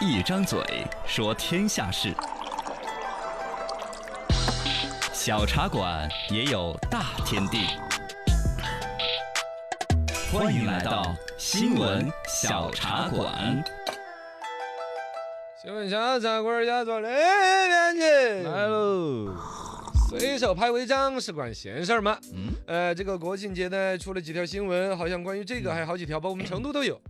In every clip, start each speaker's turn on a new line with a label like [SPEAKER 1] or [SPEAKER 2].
[SPEAKER 1] 一张嘴说天下事，小茶馆也有大天地。欢迎来到新闻小茶馆。
[SPEAKER 2] 新闻小茶馆儿叫做来两句，
[SPEAKER 3] 来喽！
[SPEAKER 2] 随手拍违章是管闲事儿吗？
[SPEAKER 3] 嗯，
[SPEAKER 2] 呃，这个国庆节呢出了几条新闻，好像关于这
[SPEAKER 3] 嗯
[SPEAKER 2] 个还有好几条，包括我们成 都都有。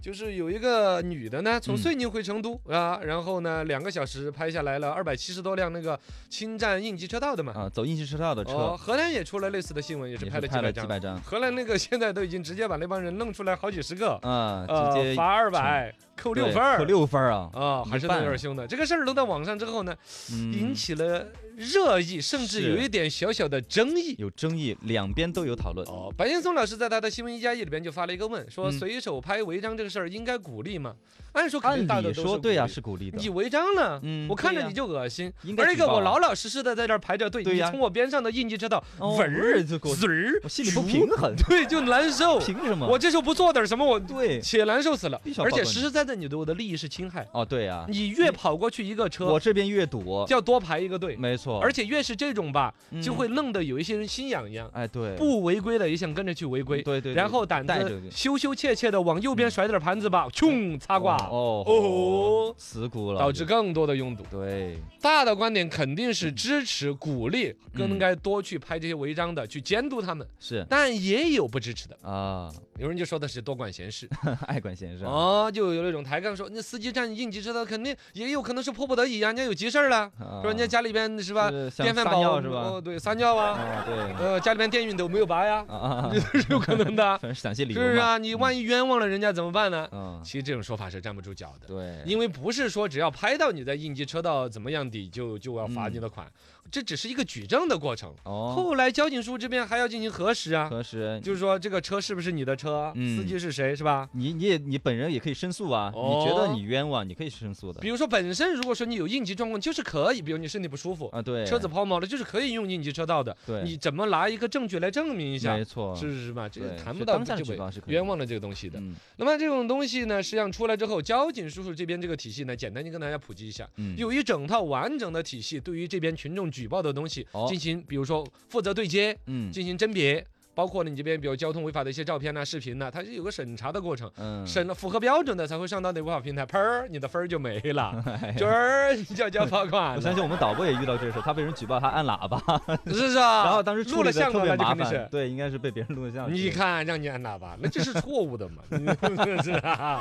[SPEAKER 2] 就是有一个女的呢，从
[SPEAKER 3] 嗯
[SPEAKER 2] 遂宁回成都、啊，然后呢，两个小时拍下来了二百七十多辆那个侵占应急车道的嘛。
[SPEAKER 3] 啊，走应急车道的
[SPEAKER 2] 哦，
[SPEAKER 3] 车
[SPEAKER 2] 河南也出了类似的新闻，也
[SPEAKER 3] 也
[SPEAKER 2] 是
[SPEAKER 3] 是
[SPEAKER 2] 拍了几
[SPEAKER 3] 拍
[SPEAKER 2] 百
[SPEAKER 3] 了几
[SPEAKER 2] 张。
[SPEAKER 3] 百张，
[SPEAKER 2] 河南那个现在都已经直接把那帮人弄出来好几十个，
[SPEAKER 3] 啊，直
[SPEAKER 2] 呃，
[SPEAKER 3] 接
[SPEAKER 2] 罚二百，扣六
[SPEAKER 3] 对
[SPEAKER 2] 分儿，
[SPEAKER 3] 扣六分儿啊！
[SPEAKER 2] 啊，还是
[SPEAKER 3] 一半
[SPEAKER 2] 有点凶的。这个事儿弄到网上之后呢，
[SPEAKER 3] 嗯
[SPEAKER 2] 引起了热议，甚至
[SPEAKER 3] 是
[SPEAKER 2] 有一点小小的争议。
[SPEAKER 3] 有争议，两边都有讨论。
[SPEAKER 2] 哦，白岩松老师在他的新闻一加一里边就发了一个问，说
[SPEAKER 3] 嗯
[SPEAKER 2] 随手拍违章这个事儿应该鼓励吗？按说肯
[SPEAKER 3] 按
[SPEAKER 2] 定大家
[SPEAKER 3] 理
[SPEAKER 2] 都是
[SPEAKER 3] 说，对
[SPEAKER 2] 呀、
[SPEAKER 3] 呀，是鼓励的
[SPEAKER 2] 你，违章了，
[SPEAKER 3] 嗯
[SPEAKER 2] 我看
[SPEAKER 3] 对
[SPEAKER 2] 着
[SPEAKER 3] 呀
[SPEAKER 2] 你就恶心。
[SPEAKER 3] 应该
[SPEAKER 2] 而一
[SPEAKER 3] 举
[SPEAKER 2] 个
[SPEAKER 3] 报
[SPEAKER 2] 我
[SPEAKER 3] 啊
[SPEAKER 2] 老老实实的在这儿排着队，
[SPEAKER 3] 对
[SPEAKER 2] 你
[SPEAKER 3] 呀
[SPEAKER 2] 从我边上的应急车道
[SPEAKER 3] 哦
[SPEAKER 2] 闻儿
[SPEAKER 3] 就给我，
[SPEAKER 2] 滋儿，
[SPEAKER 3] 我心里不
[SPEAKER 2] 逐
[SPEAKER 3] 平衡，
[SPEAKER 2] 对，就难 受。
[SPEAKER 3] 凭什么？
[SPEAKER 2] 我这时候不做点什么，我
[SPEAKER 3] 对，
[SPEAKER 2] 且难受死了
[SPEAKER 3] 必须，要
[SPEAKER 2] 而
[SPEAKER 3] 报
[SPEAKER 2] 且
[SPEAKER 3] 告你
[SPEAKER 2] 实实在在你对我的利益是侵害。
[SPEAKER 3] 哦对呀，
[SPEAKER 2] 你越跑过去一个车
[SPEAKER 3] 我，这边越堵
[SPEAKER 2] 就，要多排一个队，
[SPEAKER 3] 没错，
[SPEAKER 2] 而且越是这种吧，
[SPEAKER 3] 嗯
[SPEAKER 2] 就会弄得有一些人心痒痒，
[SPEAKER 3] 哎对，
[SPEAKER 2] 不违规的也想跟着去违规，
[SPEAKER 3] 对对，
[SPEAKER 2] 然后胆
[SPEAKER 3] 带着
[SPEAKER 2] 子羞羞怯怯的往右边甩点盘子吧，冲擦
[SPEAKER 3] 八
[SPEAKER 2] 挂，
[SPEAKER 3] 哦
[SPEAKER 2] 哦
[SPEAKER 3] 哦，死骨了，
[SPEAKER 2] 导致更多的拥堵。
[SPEAKER 3] 对，
[SPEAKER 2] 大的观点肯定是支持、鼓励，更
[SPEAKER 3] 嗯
[SPEAKER 2] 应该多去拍这些违章的，去监督他们。
[SPEAKER 3] 是
[SPEAKER 2] 但也有不支持的，
[SPEAKER 3] 啊，
[SPEAKER 2] 有人就说的是多管闲事
[SPEAKER 3] 爱管闲事啊，
[SPEAKER 2] 哦，就有那种抬杠说，那司机站应急车道肯定也有可能是迫不得已呀，人家有急事儿了，
[SPEAKER 3] 啊
[SPEAKER 2] 说人家家里边是吧，
[SPEAKER 3] 是像
[SPEAKER 2] 电饭
[SPEAKER 3] 撒
[SPEAKER 2] 煲
[SPEAKER 3] 尿是吧
[SPEAKER 2] 哦，？对，撒尿啊，
[SPEAKER 3] 啊对，
[SPEAKER 2] 呃，家里边电熨斗没有拔呀，
[SPEAKER 3] 啊啊啊
[SPEAKER 2] 这 是有可能的，
[SPEAKER 3] 反正想些 理
[SPEAKER 2] 是
[SPEAKER 3] 由
[SPEAKER 2] 不是
[SPEAKER 3] 嘛
[SPEAKER 2] 啊？你万一冤枉了人家怎么办呢？
[SPEAKER 3] 嗯，
[SPEAKER 2] 其实这种说法是站不住脚的。
[SPEAKER 3] 对，
[SPEAKER 2] 因为不是说只要拍到你在应急车道怎么样的就就要罚你的款，这只是一个举证的过程。
[SPEAKER 3] 嗯哦，
[SPEAKER 2] 后来交警叔这边还要进行核实啊，
[SPEAKER 3] 何时
[SPEAKER 2] 就是说这个车是不是你的车，
[SPEAKER 3] 嗯
[SPEAKER 2] 司机是谁，是吧？
[SPEAKER 3] 你你也你本人也可以申诉啊，你觉
[SPEAKER 2] 哦
[SPEAKER 3] 得你冤枉，你可以申诉的
[SPEAKER 2] 比如说本身如果说你有应急状况，就是可以，比如你身体不舒服，
[SPEAKER 3] 啊，对，
[SPEAKER 2] 车子抛锚了，就是可以用应急车道的。
[SPEAKER 3] 对，
[SPEAKER 2] 你怎么拿一个证据来证明一下
[SPEAKER 3] 没？错，
[SPEAKER 2] 是是是吧？这
[SPEAKER 3] 嗯对
[SPEAKER 2] 谈
[SPEAKER 3] 是
[SPEAKER 2] 不到
[SPEAKER 3] 当下
[SPEAKER 2] 这
[SPEAKER 3] 的
[SPEAKER 2] 个
[SPEAKER 3] 举报是可以
[SPEAKER 2] 冤
[SPEAKER 3] 的
[SPEAKER 2] 枉了这个东西的。
[SPEAKER 3] 嗯
[SPEAKER 2] 那么这种东西呢，实际上出来之后，交警叔叔这边这个体系呢，简单就跟大家普及一下，
[SPEAKER 3] 嗯，
[SPEAKER 2] 有一整套完整的体系，对于这边群众举报的东西
[SPEAKER 3] 哦
[SPEAKER 2] 进行，比如说负责对接，
[SPEAKER 3] 嗯
[SPEAKER 2] 进行甄别，包括了你这边比如交通违法的一些照片呐、视频呐、它是有个审查的过程。
[SPEAKER 3] 嗯
[SPEAKER 2] 审了符合标准的才会上到那违法平台，砰儿，你的分儿就没 了，准儿你就要交罚款
[SPEAKER 3] 哎我相
[SPEAKER 2] 了，
[SPEAKER 3] 信我们导播也遇到这事，他被人举报，他按喇叭，
[SPEAKER 2] 是不是 啊？
[SPEAKER 3] 然后当时
[SPEAKER 2] 录
[SPEAKER 3] 处
[SPEAKER 2] 了
[SPEAKER 3] 理的
[SPEAKER 2] 像
[SPEAKER 3] 特
[SPEAKER 2] 了，
[SPEAKER 3] 别
[SPEAKER 2] 那就
[SPEAKER 3] 麻
[SPEAKER 2] 肯定
[SPEAKER 3] 烦
[SPEAKER 2] 是，。
[SPEAKER 3] 对，应该是被别人录像。
[SPEAKER 2] 你看，让你按喇叭，那这是错误的嘛？你 是啊，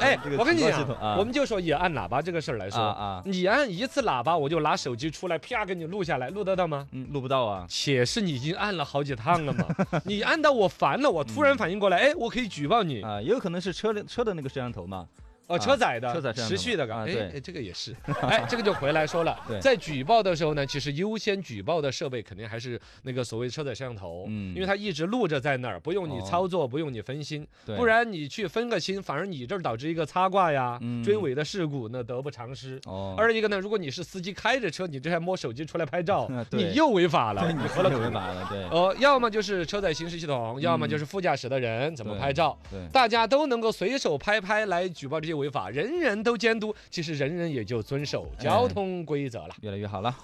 [SPEAKER 2] 哎
[SPEAKER 3] 这，个
[SPEAKER 2] 我跟你
[SPEAKER 3] 举报系
[SPEAKER 2] 讲
[SPEAKER 3] 统，啊
[SPEAKER 2] 我们就说以按喇叭这个事儿来
[SPEAKER 3] 啊
[SPEAKER 2] 说，
[SPEAKER 3] 啊，
[SPEAKER 2] 你按一次喇叭，我就拿手机出来啪给你录下来，录得到吗？
[SPEAKER 3] 嗯，录不到啊，
[SPEAKER 2] 且是你已经按了好几趟了嘛， 你按到我烦了，我突然反应过来，哎，我可以举报你，
[SPEAKER 3] 嗯啊，也有可能是车的车的那个摄像头嘛，
[SPEAKER 2] 哦，
[SPEAKER 3] 啊
[SPEAKER 2] 车载的，
[SPEAKER 3] 车载摄像
[SPEAKER 2] 持
[SPEAKER 3] 头
[SPEAKER 2] 续的
[SPEAKER 3] 啊
[SPEAKER 2] 哎
[SPEAKER 3] 对
[SPEAKER 2] 哎，这个也 是，哎，这个就回来说了
[SPEAKER 3] 对，
[SPEAKER 2] 在举报的时候呢，其实优先举报的设备肯定还是那个所谓车载摄像头，
[SPEAKER 3] 嗯
[SPEAKER 2] 因为它一直录着在那儿，不用你
[SPEAKER 3] 哦
[SPEAKER 2] 操作，不用你分心，
[SPEAKER 3] 对，
[SPEAKER 2] 不然你去分个心，反而你这儿导致一个擦挂呀、
[SPEAKER 3] 嗯
[SPEAKER 2] 追尾的事故，那得不偿失。
[SPEAKER 3] 哦，
[SPEAKER 2] 二一个呢，如果你是司机开着车，你这还摸手机出来拍照
[SPEAKER 3] 啊， 对
[SPEAKER 2] 你又违法了，
[SPEAKER 3] 对
[SPEAKER 2] 你
[SPEAKER 3] 你
[SPEAKER 2] 何
[SPEAKER 3] 喝
[SPEAKER 2] 了
[SPEAKER 3] 了
[SPEAKER 2] 苦
[SPEAKER 3] 违？法了，对
[SPEAKER 2] 呃，要么就是车载行驶系统，要么
[SPEAKER 3] 嗯
[SPEAKER 2] 就是副驾驶的人怎么
[SPEAKER 3] 对
[SPEAKER 2] 拍照。
[SPEAKER 3] 对，
[SPEAKER 2] 大家都能够随手拍拍来举报
[SPEAKER 3] 哎
[SPEAKER 2] 这些违法，人人都监督，其实人人也就遵守交通规则了。
[SPEAKER 3] 越来越好了。